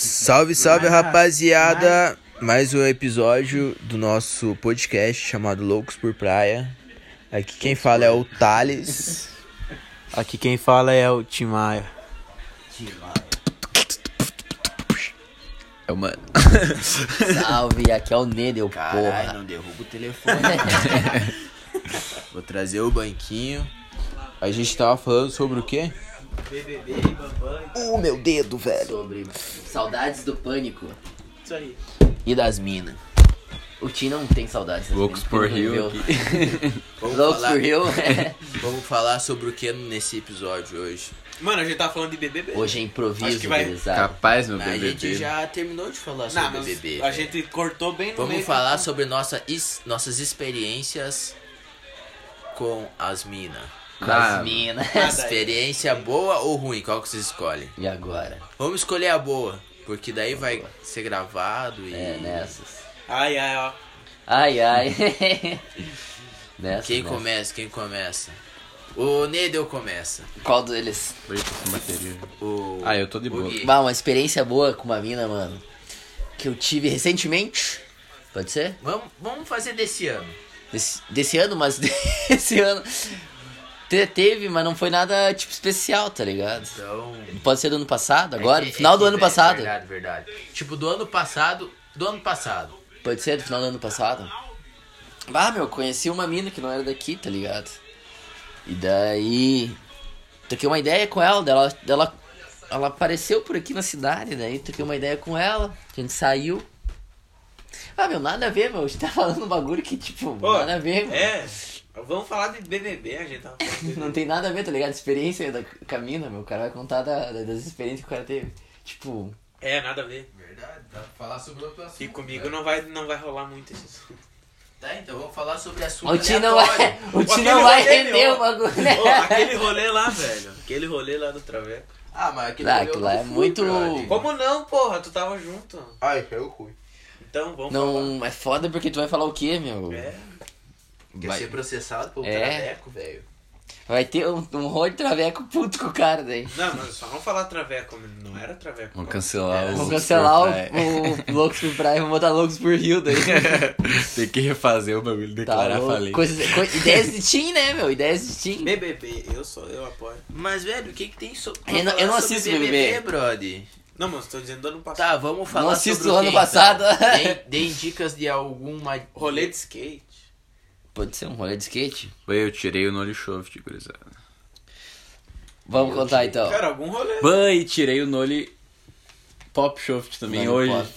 Salve, salve, rapaziada! Mais um episódio do nosso podcast chamado Loucos por Praia. Aqui quem fala é o Thales. Aqui quem fala é o Tim Maia. É o mano. Salve, aqui é o Nedel, Caralho, porra. não derruba o telefone. né? Vou trazer o banquinho. A gente tava falando sobre o quê? O meu dedo, velho. Sobre saudades do pânico Isso aí. E das minas. O Tim não tem saudades. Loucos Ele por não Rio viveu. aqui. Loucos por Rio. é. Vamos falar sobre o que nesse episódio hoje? Mano, a gente tá falando de BBB. Hoje é improviso, Acho que vai- gurizada. Capaz, meu A gente bebê. já terminou de falar sobre Não, o mas BBB. a velho. gente cortou bem no Vamos meio. falar sobre nossa is- nossas experiências com as minas. Com Ah, as minas. Nada aí. Experiência boa ou ruim? Qual que vocês escolhem? E agora? Vamos escolher a boa, porque daí vai ser gravado e É, nessas. Ai, ai, ó. Ai, ai. Nessas, né? quem nessas. começa, quem começa. O Nedel começa. Qual deles? O- Ah, eu tô de o boa. Gui. Bah, uma experiência boa com uma mina, mano. Que eu tive recentemente. Pode ser? Vamos, vamos fazer desse ano. Desse, desse ano, mas desse ano. te- Teve, mas não foi nada tipo especial, tá ligado? Então. Pode ser do ano passado, agora? É que- final é do que- ano passado? Verdade, verdade. Tipo, do ano passado. Do ano passado. Pode ser do final do ano passado? Ah, meu, conheci uma mina que não era daqui, tá ligado? E daí. Troquei uma ideia com ela, dela, dela, ela apareceu por aqui na cidade, daí troquei uma ideia com ela, a gente saiu. Ah, meu, nada a ver, meu, a gente tá falando um bagulho que, tipo, Ô, nada a ver, meu. É. Vamos falar de BBB, a gente tá falando. de Não tem nada a ver, tá ligado? Experiência da Camina, meu. O cara vai contar da- da- das experiências que o cara teve. Tipo, É, nada a ver. Verdade, dá pra falar sobre outro assunto. E comigo não vai, não vai rolar muito esse assunto. Tá, então vamos falar sobre assunto o Tino não aleatório. vai, o Tino Aquele não vai rolê, render meu. o bagulho. né? Ô, aquele rolê lá, velho. Aquele rolê lá do Traveco. Ah, mas aquele Ah, rolê eu aquilo não lá é fui, muito- brother. Como não, porra? Tu tava junto. Ai, eu fui. Então, vamos falar. Não, é foda porque tu vai falar o quê, meu? É. Quer Vai. ser processado pelo É. Traveco, velho. Vai ter um, um rolo de traveco puto com o cara daí. Não, mas só vamos falar Traveco. Não era Traveco. Vamos cancelar o. Vamos É, cancelar Super Praia. o, o Loucos por Praia, vamos botar Loucos por Rio daí. Tem que refazer o bagulho, Tá, declarar, louco. falei. Coisas- coi- ideias de Tim, né, meu? Ideias de Tim. BBB, eu sou, eu apoio. Mas, velho, o que que tem so... pra Eu não- falar eu não sobre assisto BBB. brother. Não, mas tô dizendo do ano passado. Tá, vamos falar assisto sobre o ano quê, passado. então? Deem- Deem dicas de alguma... Rolê de skate. Pode ser um rolê de skate? Ué, eu tirei o Nolly Shoft, gurizada. Vamos contar então. Cara, algum rolê. né? Vai, tirei o Nolly Pop Shoft também Nolly hoje. Pop.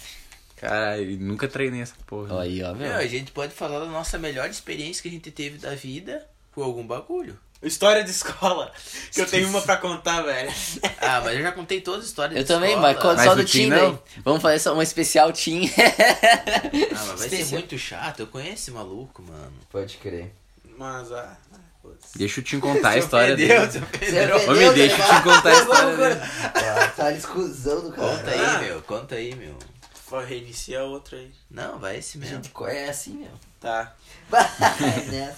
Caralho, nunca treinei essa porra. Aí, ó, Meu, meu. a gente pode falar da nossa melhor experiência que a gente teve da vida com algum bagulho. História de escola. Que eu tenho uma pra contar, velho. Ah, mas eu já contei todas as histórias Eu de também, escola. mas co- Mas só o do Tim Tim, não. daí. Vamos fazer só uma especial Tim. Ah, mas vai ser Especial. muito chato. Eu conheço esse maluco, mano. Pode crer. Mas, ah, putz. Deixa eu te contar a história dele. Ô, Entendeu, me deixa eu te contar a história dele. Tá discussão do Conta cara. aí, Ah. meu. Conta aí, meu. Vou reiniciar outra aí. Não, vai esse A mesmo. gente é assim, meu. Tá. Vai, né?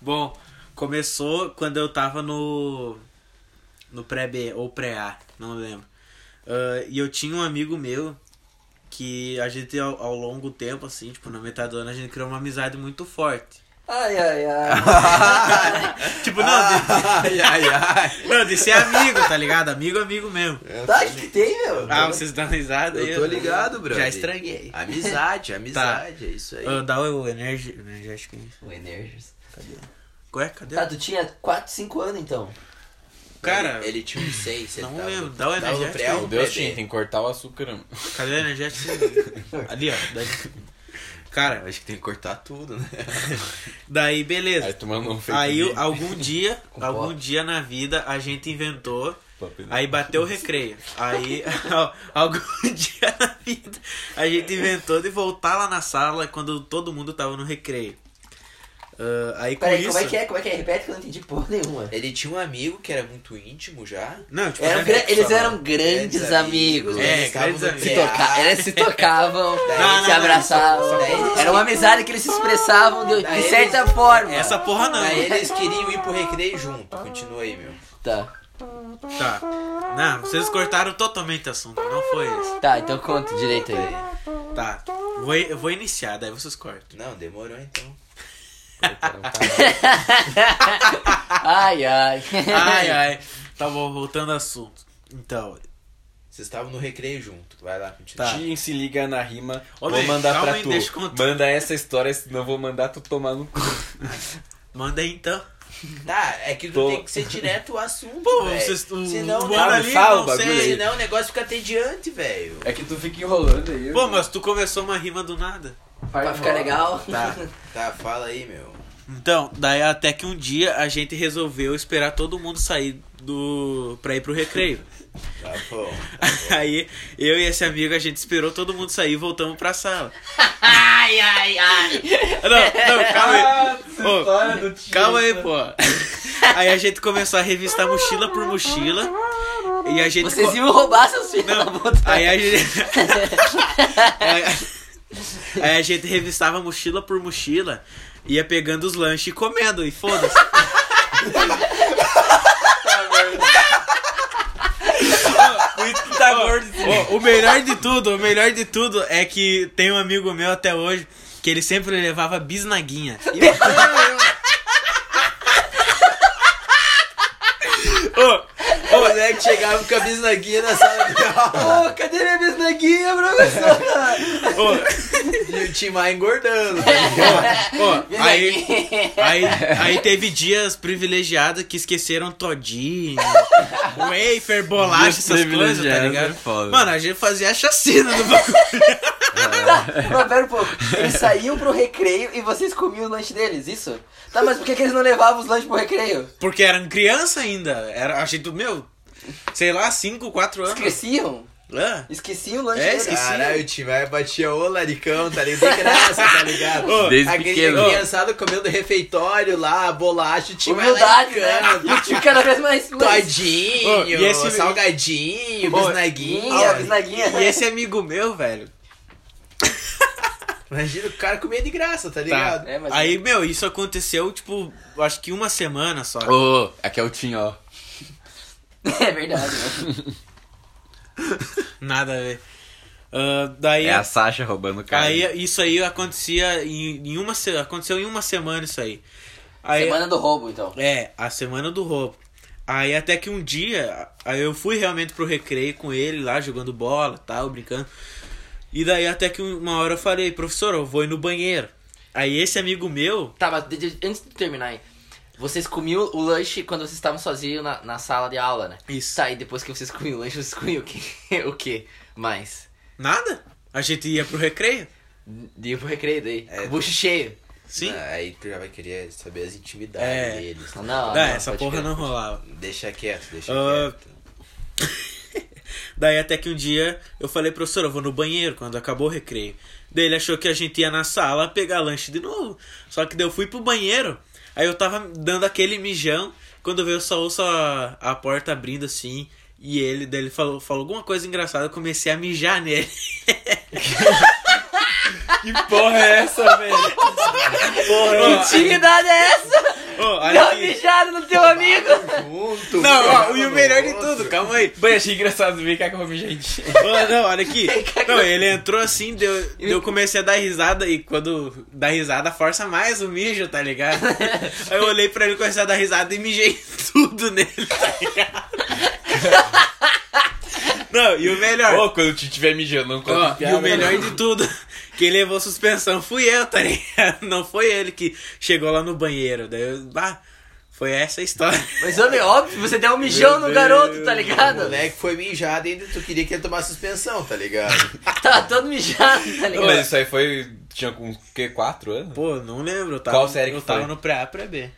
Bom, começou quando eu tava no. No pré-B ou pré-A, não lembro. Ah, e eu tinha um amigo meu que a gente, ao, ao longo tempo, assim, tipo, na metade do ano, a gente criou uma amizade muito forte. Ai, ai, ai. Tipo, Ah. não, Ai, ai, ai. de, não, de ser amigo, tá ligado? Amigo, amigo mesmo. Tá, que tem, meu? Ah, vocês dão risada aí. É. Eu tô ligado, bro. Já estranhei. Tá. Amizade, amizade, é isso aí. Ah, dá o energi- energético é aí. O Energis. Ué, é? cadê? Tá, tu tinha 4, 5 anos então. Cara, ele, ele tinha uns seis, você não tava- lembro, dá o tava energético pré aí. ou Meu Deus, bebê? Tim, tem que cortar o né, açúcar. mano. cadê o energético? Ali, ó. Daí... Cara, Acho que tem que cortar tudo, né? daí Aí beleza. tu mandou um fake Aí vídeo. algum dia, Com algum pó. dia na vida a gente inventou, Papo né? de- aí bateu o recreio. Aí al- algum dia na vida a gente inventou de voltar lá na sala quando todo mundo tava no recreio. Ah, aí com Peraí, isso. como é que é? Como é que é? Repete que eu não entendi porra nenhuma. Ele tinha um amigo que era muito íntimo já. né? Não, tipo, Eram não é gra- eles sexual. eram grandes amigos. É, eles estavam grandes no amigos. Se pré-A. toca- Eles se tocavam, não, eles se não, abraçavam. só- só- Era uma amizade que eles se expressavam de, Daí de certa forma. Ah, Essa porra não. Aí eles queriam ir pro recreio junto. Continua aí, meu. Tá. Tá. Não, vocês cortaram totalmente o assunto, não foi esse. Tá, então conta direito aí. velho. Tá. Vou, eu vou iniciar, daí vocês cortam. Não, demorou então. Então tá. Ai, ai. Ai, ai. Tá bom, voltando ao assunto. Então, Vocês estavam no recreio junto. Vai lá, continua. Tá. Tim se liga na rima, Ô, vou Ney, mandar calma pra aí, tu. deixa eu contar. Manda essa história, senão vou mandar tu tomar no cu. manda aí então. Tá, é que tu Tô. tem que ser direto o assunto, Pô, velho. vocês- o- Senão, o não, Ana ali, fala não o bagulho sei. aí. senão o negócio fica entediante, velho. É que tu fica enrolando aí. Pô, mas tu começou uma rima do nada. Pra ficar legal. Tá, tá, fala aí, meu. Então, daí até que um dia a gente resolveu esperar todo mundo sair do pra ir pro recreio. Tá bom. Aí eu e esse amigo a gente esperou todo mundo sair e voltamos pra sala. Ai, ai, ai. Não, não, calma Ah, aí. Ô, Calma aí, pô. Aí a gente começou a revistar mochila por mochila. E a gente. Vocês co- iam roubar seus filhos na Não, puta. aí a gente. Aí- Aí a gente revistava mochila por mochila, ia pegando os lanches e comendo, e foda-se. Muito tá gordo. O, o melhor de tudo, o melhor de tudo é que tem um amigo meu até hoje que ele sempre levava bisnaguinha. E- Ô, O moleque é chegava com a bisnaguinha na sala de aula Ô, cadê minha bisnaguinha, professor? ô, e o Timar engordando. tá É, Ó, aí, aí, aí teve dias privilegiados que esqueceram todinho, wafer, bolacha, Dias essas coisas, tá privilegiados ligado? é foda. Mano, a gente fazia a chacina do bagulho. Não, pera um pouco. Eles saíam pro recreio e vocês comiam o lanche deles, isso? Tá, mas por que, que eles não levavam os lanches pro recreio? Porque eram criança ainda. Era, a gente, meu, sei lá, 5, 4 anos. Esqueciam? Hã? Esqueciam o lanche É, deles. esqueci. Caralho, o Timar batia o laricão, tá ligado? De graça, tá ligado? Ô, Desde Aquele pequeno. criançada comendo refeitório lá, bolacha, o Timar lá em Humildade, né? cama, E o tio cada vez mais... Todinho, Ô, e esse- salgadinho, Ô, bisnaguinha. Bisnaguinha, bisnaguinha. E esse amigo meu, velho. Imagina o cara comia de graça, tá ligado? É, mas- Aí, meu, isso aconteceu, tipo, acho que uma semana só. Ô, aqui é o Tim, ó. É verdade, né? Nada a ver. Ah, daí É a Sasha roubando o cara. Aí isso aí acontecia em, em uma se- aconteceu em uma semana isso aí. aí Semana do roubo, então. É, a semana do roubo. Aí até que um dia, aí eu fui realmente pro recreio com ele lá, jogando bola, tal, brincando. E daí até que uma hora eu falei, professor, eu vou ir no banheiro. Aí esse amigo meu, Tá, mas de- de- antes de terminar aí. Vocês comiam o lanche quando vocês estavam sozinhos na, na sala de aula, né? Isso. Tá, e depois que vocês comiam o lanche, vocês comiam o quê? o quê? Mais? nada, a gente ia pro recreio. Dia pro recreio daí. É. É, bucho cheio. Sim. É. Ah, Aí tu já vai querer saber as intimidades É. deles. Não, né? não, Ah, essa pode porra crer. não rolava. Deixa quieto, deixa Ah. quieto. Daí até que um dia eu falei, professor, eu vou no banheiro quando acabou o recreio. Daí ele achou que a gente ia na sala pegar lanche de novo. Só que daí eu fui pro banheiro. Aí eu tava dando aquele mijão. Quando veio, eu só ouço a, a porta abrindo assim. E ele, daí ele falou, falou alguma coisa engraçada. Eu comecei a mijar nele. Que porra é essa, velho? Mentira! Intimidade é essa? Ó, tá olha Dá uma aqui. mijada no teu amigo! Junto, Não, ó, mano, e o melhor de nossa. tudo, calma aí. Bem, achei engraçado ver que acabou gente. Ô, não, olha aqui. Não, ele entrou assim, deu, eu comecei a dar risada e quando dá risada, força mais o mijo, tá ligado? Aí eu olhei pra ele, comecei a dar risada e mijei tudo nele, tá ligado? Não, e o melhor. Ô, quando o Tim tiver mijando, não ó, conta é, e piada, né? o melhor não. de tudo, quem levou suspensão fui eu, tá ligado? Não foi ele que chegou lá no banheiro. Daí eu, bah, foi essa a história. Mas, homem, óbvio, você deu um mijão no garoto, tá O ligado? moleque foi mijado e ainda tu queria que ele tomasse suspensão, tá ligado? Tá todo mijado, tá Não, ligado? Mas isso aí foi. Tinha com o quê? 4 anos? Pô, não lembro, eu tava, Qual série que eu tava foi? no pré-A, pré-B.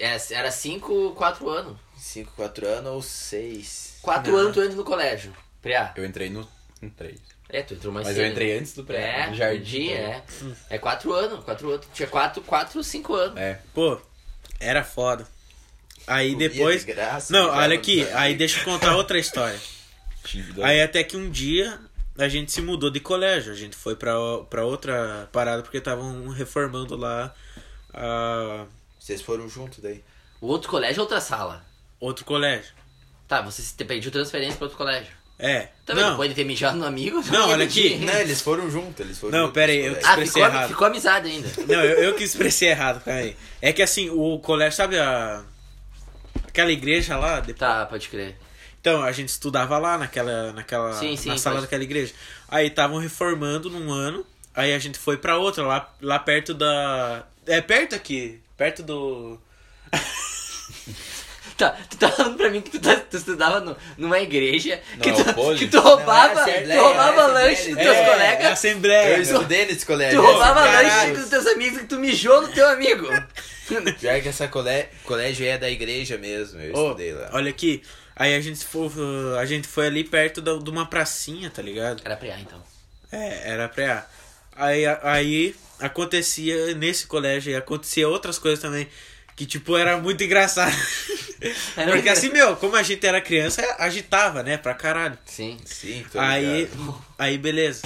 É, era 5, 4 anos. 5, 4 anos ou 6? 4 anos tu entra no colégio. Preá. Eu entrei no. no 3. É, tu entrou mais Mas cedo. eu entrei antes do pré. É, no jardim, é. É 4 anos, 4 anos. Tinha 4, 4, 5 anos. É. Pô, era foda. Aí depois. de graça, não, mijava olha aqui, nos aí deixa eu contar outra história. Tive dois. Aí até que um dia a gente se mudou de colégio, a gente foi pra, pra outra parada porque estavam reformando lá ah, Vocês foram junto daí? O outro colégio é outra sala. outro colégio. Tá, você se- pediu transferência pra outro colégio. É. Também não, pode ter mijado no amigo. Não, olha aqui, Não, eles foram juntos, eles foram Não, juntos, pera aí, parece. eu- Ah, expressei ficou, errado. ficou amizade ainda. não eu, eu que expressei errado, calma aí. É que assim, o colégio, sabe a... Aquela igreja lá, depois... Tá, pode crer. Então, a gente estudava lá naquela, naquela Sim, sim, na sala pode- daquela igreja. Aí estavam reformando num ano, aí a gente foi pra outra, lá, lá perto da. É perto aqui, perto do. Tá, tu tá falando pra mim que tu, tá, tu estudava no, numa igreja, que, é tu, o poli? que tu roubava, Não, é tu Assembleia, roubava é lanche dos Assembleia. teus é, colegas, Assembleia. Eu estudei nesse colégio. tu roubava caralho. lanche dos teus amigos e tu mijou no teu amigo. Pior que essa colé- colégio é da igreja mesmo, eu Ô, estudei lá. Olha aqui, aí a gente foi, a gente foi ali perto da- de uma pracinha, tá ligado? Era pra então. É, era pré-A. Aí, aí acontecia nesse colégio, aí acontecia outras coisas também. Que, tipo, era muito engraçado. Era Porque muito assim, meu, como a gente era criança, agitava, né? Pra caralho. Sim. Sim, tô Aí, tá ligado. aí, beleza.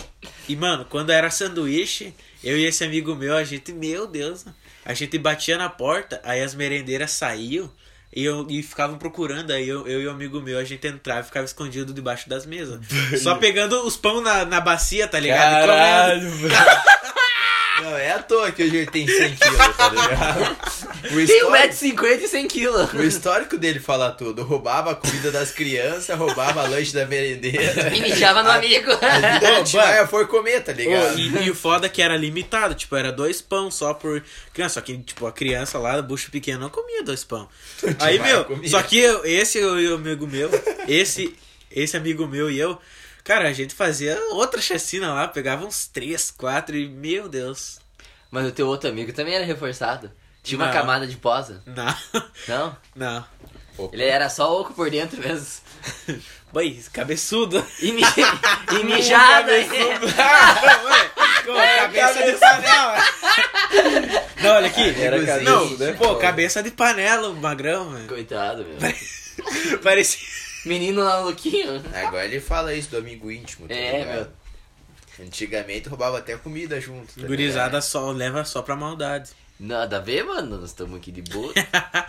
E, mano, quando era sanduíche, eu e esse amigo meu, a gente, meu Deus, mano, a gente batia na porta, aí as merendeiras saíam e, eu, e ficavam procurando. Aí eu, eu e o amigo meu, a gente entrava e ficava escondido debaixo das mesas. só pegando os pão na, na bacia, tá ligado? E comendo. Caralho, velho. Não, é à toa que hoje ele tem 100 quilos, tá ligado? O um Tem histórico, 1,50m e 100 quilos. o histórico dele fala tudo. Roubava a comida das crianças, roubava a lanche da merendeira. E mijava no amigo. A gente vai foi comer, tá É, Ô, ligado? E, e o foda é que era limitado, tipo, era dois pão só por criança. Só que, tipo, a criança lá, bucho pequeno, não comia dois pão. Aí, Demais, meu, comia. só que eu, esse eu e o amigo meu, esse, esse amigo meu e eu, cara, a gente fazia outra chacina lá, pegava uns três, quatro e, meu Deus. Mas o teu outro amigo também era reforçado. Tinha uma Não. camada de posa. Não, Não? não. Ele era só oco por dentro mesmo. Boi, cabeçudo. E, mi... e mijada. Pô, É, cabeça de panela. Não, olha aqui. Era inclusive- cabeça, não, né? pô, cabeça de panela, o magrão, velho. Coitado, meu. Parecia. Menino lá louquinho. Agora ele fala isso do amigo íntimo, tá É, ligado? Antigamente roubava até comida junto. tá Gurizada só leva só pra maldade. Nada a ver, mano. Nós estamos aqui de boa. É, ligado?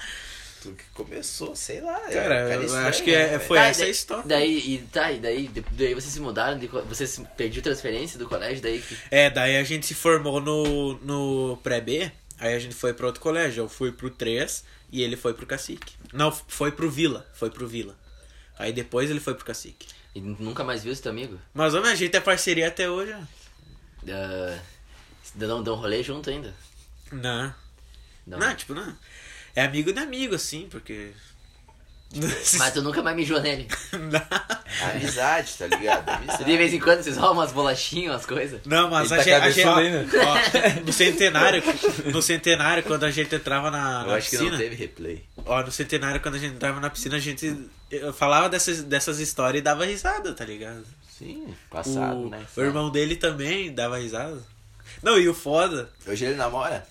Tu que começou, sei lá. Cara, era um eu estranho, acho que né, é- velho? foi- Tá, essa daí- a história. Daí, e, tá, e daí, de- daí vocês se mudaram, de co- você se pediu transferência do colégio, daí que... É, daí a gente se formou no, no pré-B, aí a gente foi pra outro colégio. Eu fui pro 3 e ele foi pro Cacique. Não, f- foi pro Vila, foi pro Vila. Aí depois ele foi pro Cacique. e nunca mais viu esse teu amigo. Mas, homem, a gente é parceria até hoje, ó. Ah, Dão, dão rolê junto ainda? Não, Não. não, tipo, não. É amigo de amigo, assim, porque... Mas tu nunca mais mijou nele. não, Amizade, tá ligado? E Amizade. de vez em quando vocês rolam umas bolachinhas, umas coisas. não, Ele mas tá a, gente- a gente... cabeçudo ó, no centenário, no centenário, quando a gente entrava na, Eu na acho que piscina... não teve replay. Ó, no centenário, quando a gente entrava na piscina, a gente eh, falava dessas, dessas histórias e dava risada, tá ligado? Sim, o, né? o irmão dele também dava risada. Não, e o foda. Hoje ele namora?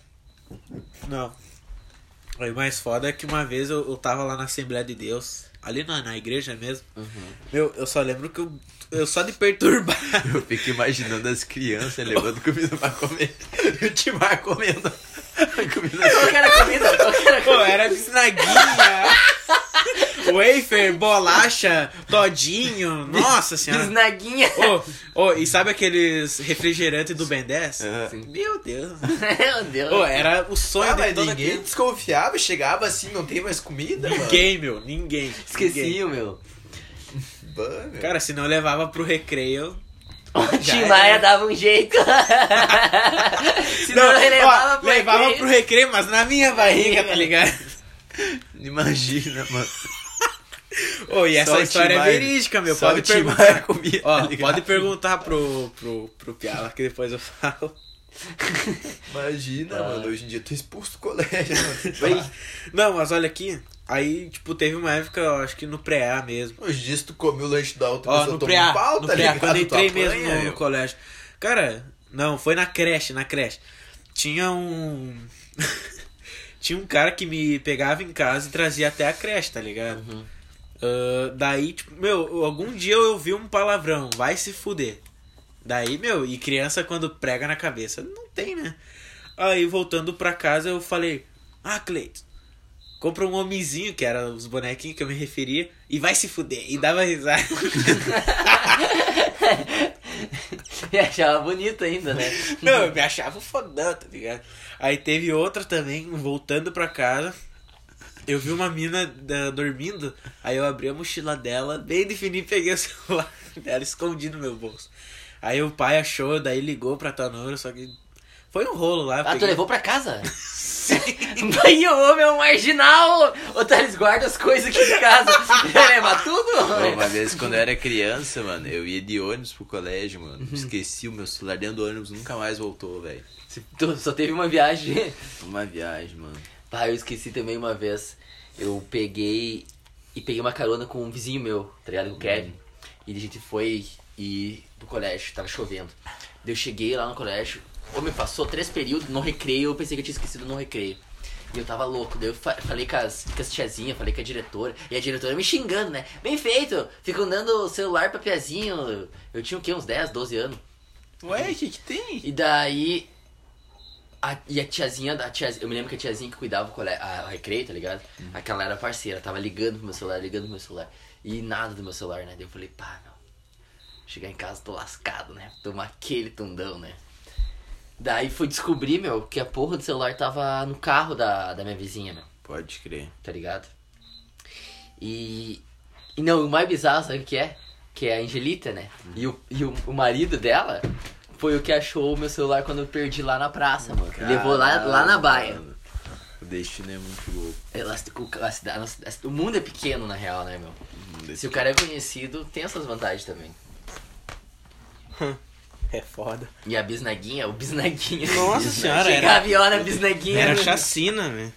Não. O mais foda é que uma vez eu, eu tava lá na Assembleia de Deus, ali na, na igreja mesmo. Uhum. Meu, eu só lembro que eu, eu só de perturbar. Eu fico imaginando as crianças levando comida pra comer. E o Timar comendo. a comida. assim. Qual que era a comida? Qual que era a Pô, comida? era bisnaguinha. Wafer, bolacha, todinho. Nossa senhora. Bisnaguinha. Ô, ô, e sabe aqueles refrigerantes do Ben 10? Aham. Sim. Meu Deus. Meu Deus. Ô, era o sonho Ah, de mas toda ninguém criança. desconfiava, chegava assim, não tem mais comida, mano. Ninguém, meu. Ninguém. Ninguém. Esqueci o meu. Bah, meu. Cara, se não levava pro recreio... O Já Tim era. Maia dava um jeito. Se não, ele levava ó, pro levava recreio. pro recreio, mas na minha barriga, tá ligado? Imagina, mano. Ô, e essa Só o história Tim é Maia. verídica, meu. Só Pode o Tim perguntar. Maia comia, tá Ó, ligado? pode perguntar pro, pro, pro Piala, que depois eu falo. Imagina, Ah. mano. Hoje em dia eu tô expulso do colégio, Bem, mano. Não, mas olha aqui. Aí, tipo, teve uma época, eu acho que no pré-A mesmo. Hoje em dia, se tu comeu o lanche da outra Ó, pessoa, no toma um pré-A, pau, no tá pré-A, ligado? quando eu Tu entrei apanha, mesmo no, no meu. colégio. Cara, não, foi na creche, na creche. Tinha um... Tinha um cara que me pegava em casa e trazia até a creche, tá ligado? Uhum. Ah, daí, tipo, meu, algum dia eu ouvi um palavrão, vai se fuder. Daí, meu, e criança quando prega na cabeça, não tem, né? Aí, voltando pra casa, eu falei, ah, Cleiton, Compra um homenzinho, que era os bonequinhos que eu me referia, e vai se fuder. E dava risada. E achava bonito ainda, né? Não, eu me achava um fodão, tá ligado? Aí teve outra também, voltando pra casa. Eu vi uma mina da- dormindo, aí eu abri a mochila dela, bem definido, peguei o celular dela escondido no meu bolso. Aí o pai achou, daí ligou pra tua nora, só que foi um rolo lá. Ah, tu peguei- levou pra casa? Pai, o homem é um marginal! Ô, Thales, guarda as coisas aqui de casa. Vai levar Pô, uma tudo? vez quando eu era criança, mano, eu ia de ônibus pro colégio, mano. Uhum. Esqueci o meu celular dentro do ônibus, nunca mais voltou, velho. Tu só teve uma viagem. Uma viagem, mano. Pai, eu esqueci também uma vez. Eu peguei e peguei uma carona com um vizinho meu, tá ligado? Com o Kevin. E a gente foi e pro colégio, tava chovendo. Daí eu cheguei lá no colégio, o homem passou três períodos no recreio, eu pensei que eu tinha esquecido no recreio. E eu tava louco, daí eu fa- falei com as, com as tiazinhas, falei com a diretora, e a diretora me xingando, né? Bem feito, ficam dando celular pra piazinho. Eu tinha o quê? Uns 10, 12 anos. Ué, o que que tem? E daí. A, e a tiazinha, da- a tiazinha- eu me lembro que a tiazinha que cuidava o, cole, a, a recreio, tá ligado? Uhum. Aquela era parceira, tava ligando pro meu celular, ligando pro meu celular. E nada do meu celular, né? Daí eu falei, pá, meu. Chegar em casa, tô lascado, né? Tomar aquele tundão, né? Daí fui descobrir, meu, que a porra do celular tava no carro da, da minha vizinha, meu Pode crer. tá ligado? E, e não, o mais bizarro, sabe o que é? Que é a Angelita, né? E o, e o, o marido dela foi o que achou o meu celular quando eu perdi lá na praça, mano. Levou lá, lá na baia. Mano, O destino é muito louco. Ela- o- a cidade- a nossa- o mundo é pequeno, na real, né, meu? Um Se o destino. cara é conhecido, tem essas vantagens também. É foda. E a bisnaguinha, o bisnaguinha. Nossa senhora, Chega era- a viola, a bisnaguinha. Era meu. chacina, né?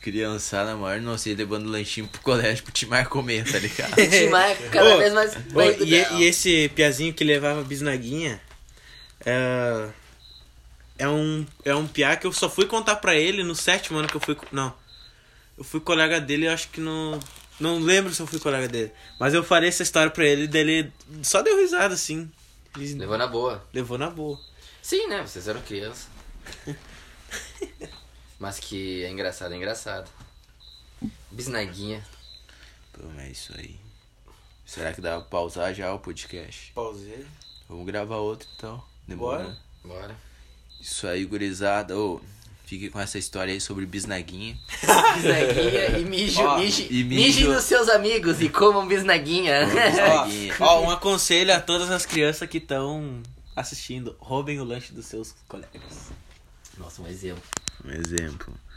Criançada maior, não sei, levando lanchinho pro colégio pro Timar comer, tá ligado? Te marca é cada Ô, vez mais ô, doido e, é- dela. e esse piazinho que levava bisnaguinha é, é um é um piá que eu só fui contar pra ele no sétimo ano que eu fui co- não eu fui colega dele eu acho que no não lembro se eu fui colega dele mas eu falei essa história pra ele dele só deu risada assim Ele Levou na boa. levou na boa Sim, né? Vocês eram criança. Mas que é engraçado, é engraçado. Bisnaguinha. Pô, mas é isso aí. Será que dá pra pausar já o podcast? pausei Vamos gravar outro então. Demora? Bora. Bora. Isso aí, gurizada. Ô, fique com essa história aí sobre bisnaguinha. Bisnaguinha e mijo. Ó, mije, e mijo. mijem nos seus amigos e comam bisnaguinha. ó, Bisnaguinha. ó, um aconselho a todas as crianças que estão assistindo roubem o lanche dos seus colegas Nossa, um exemplo. Um exemplo.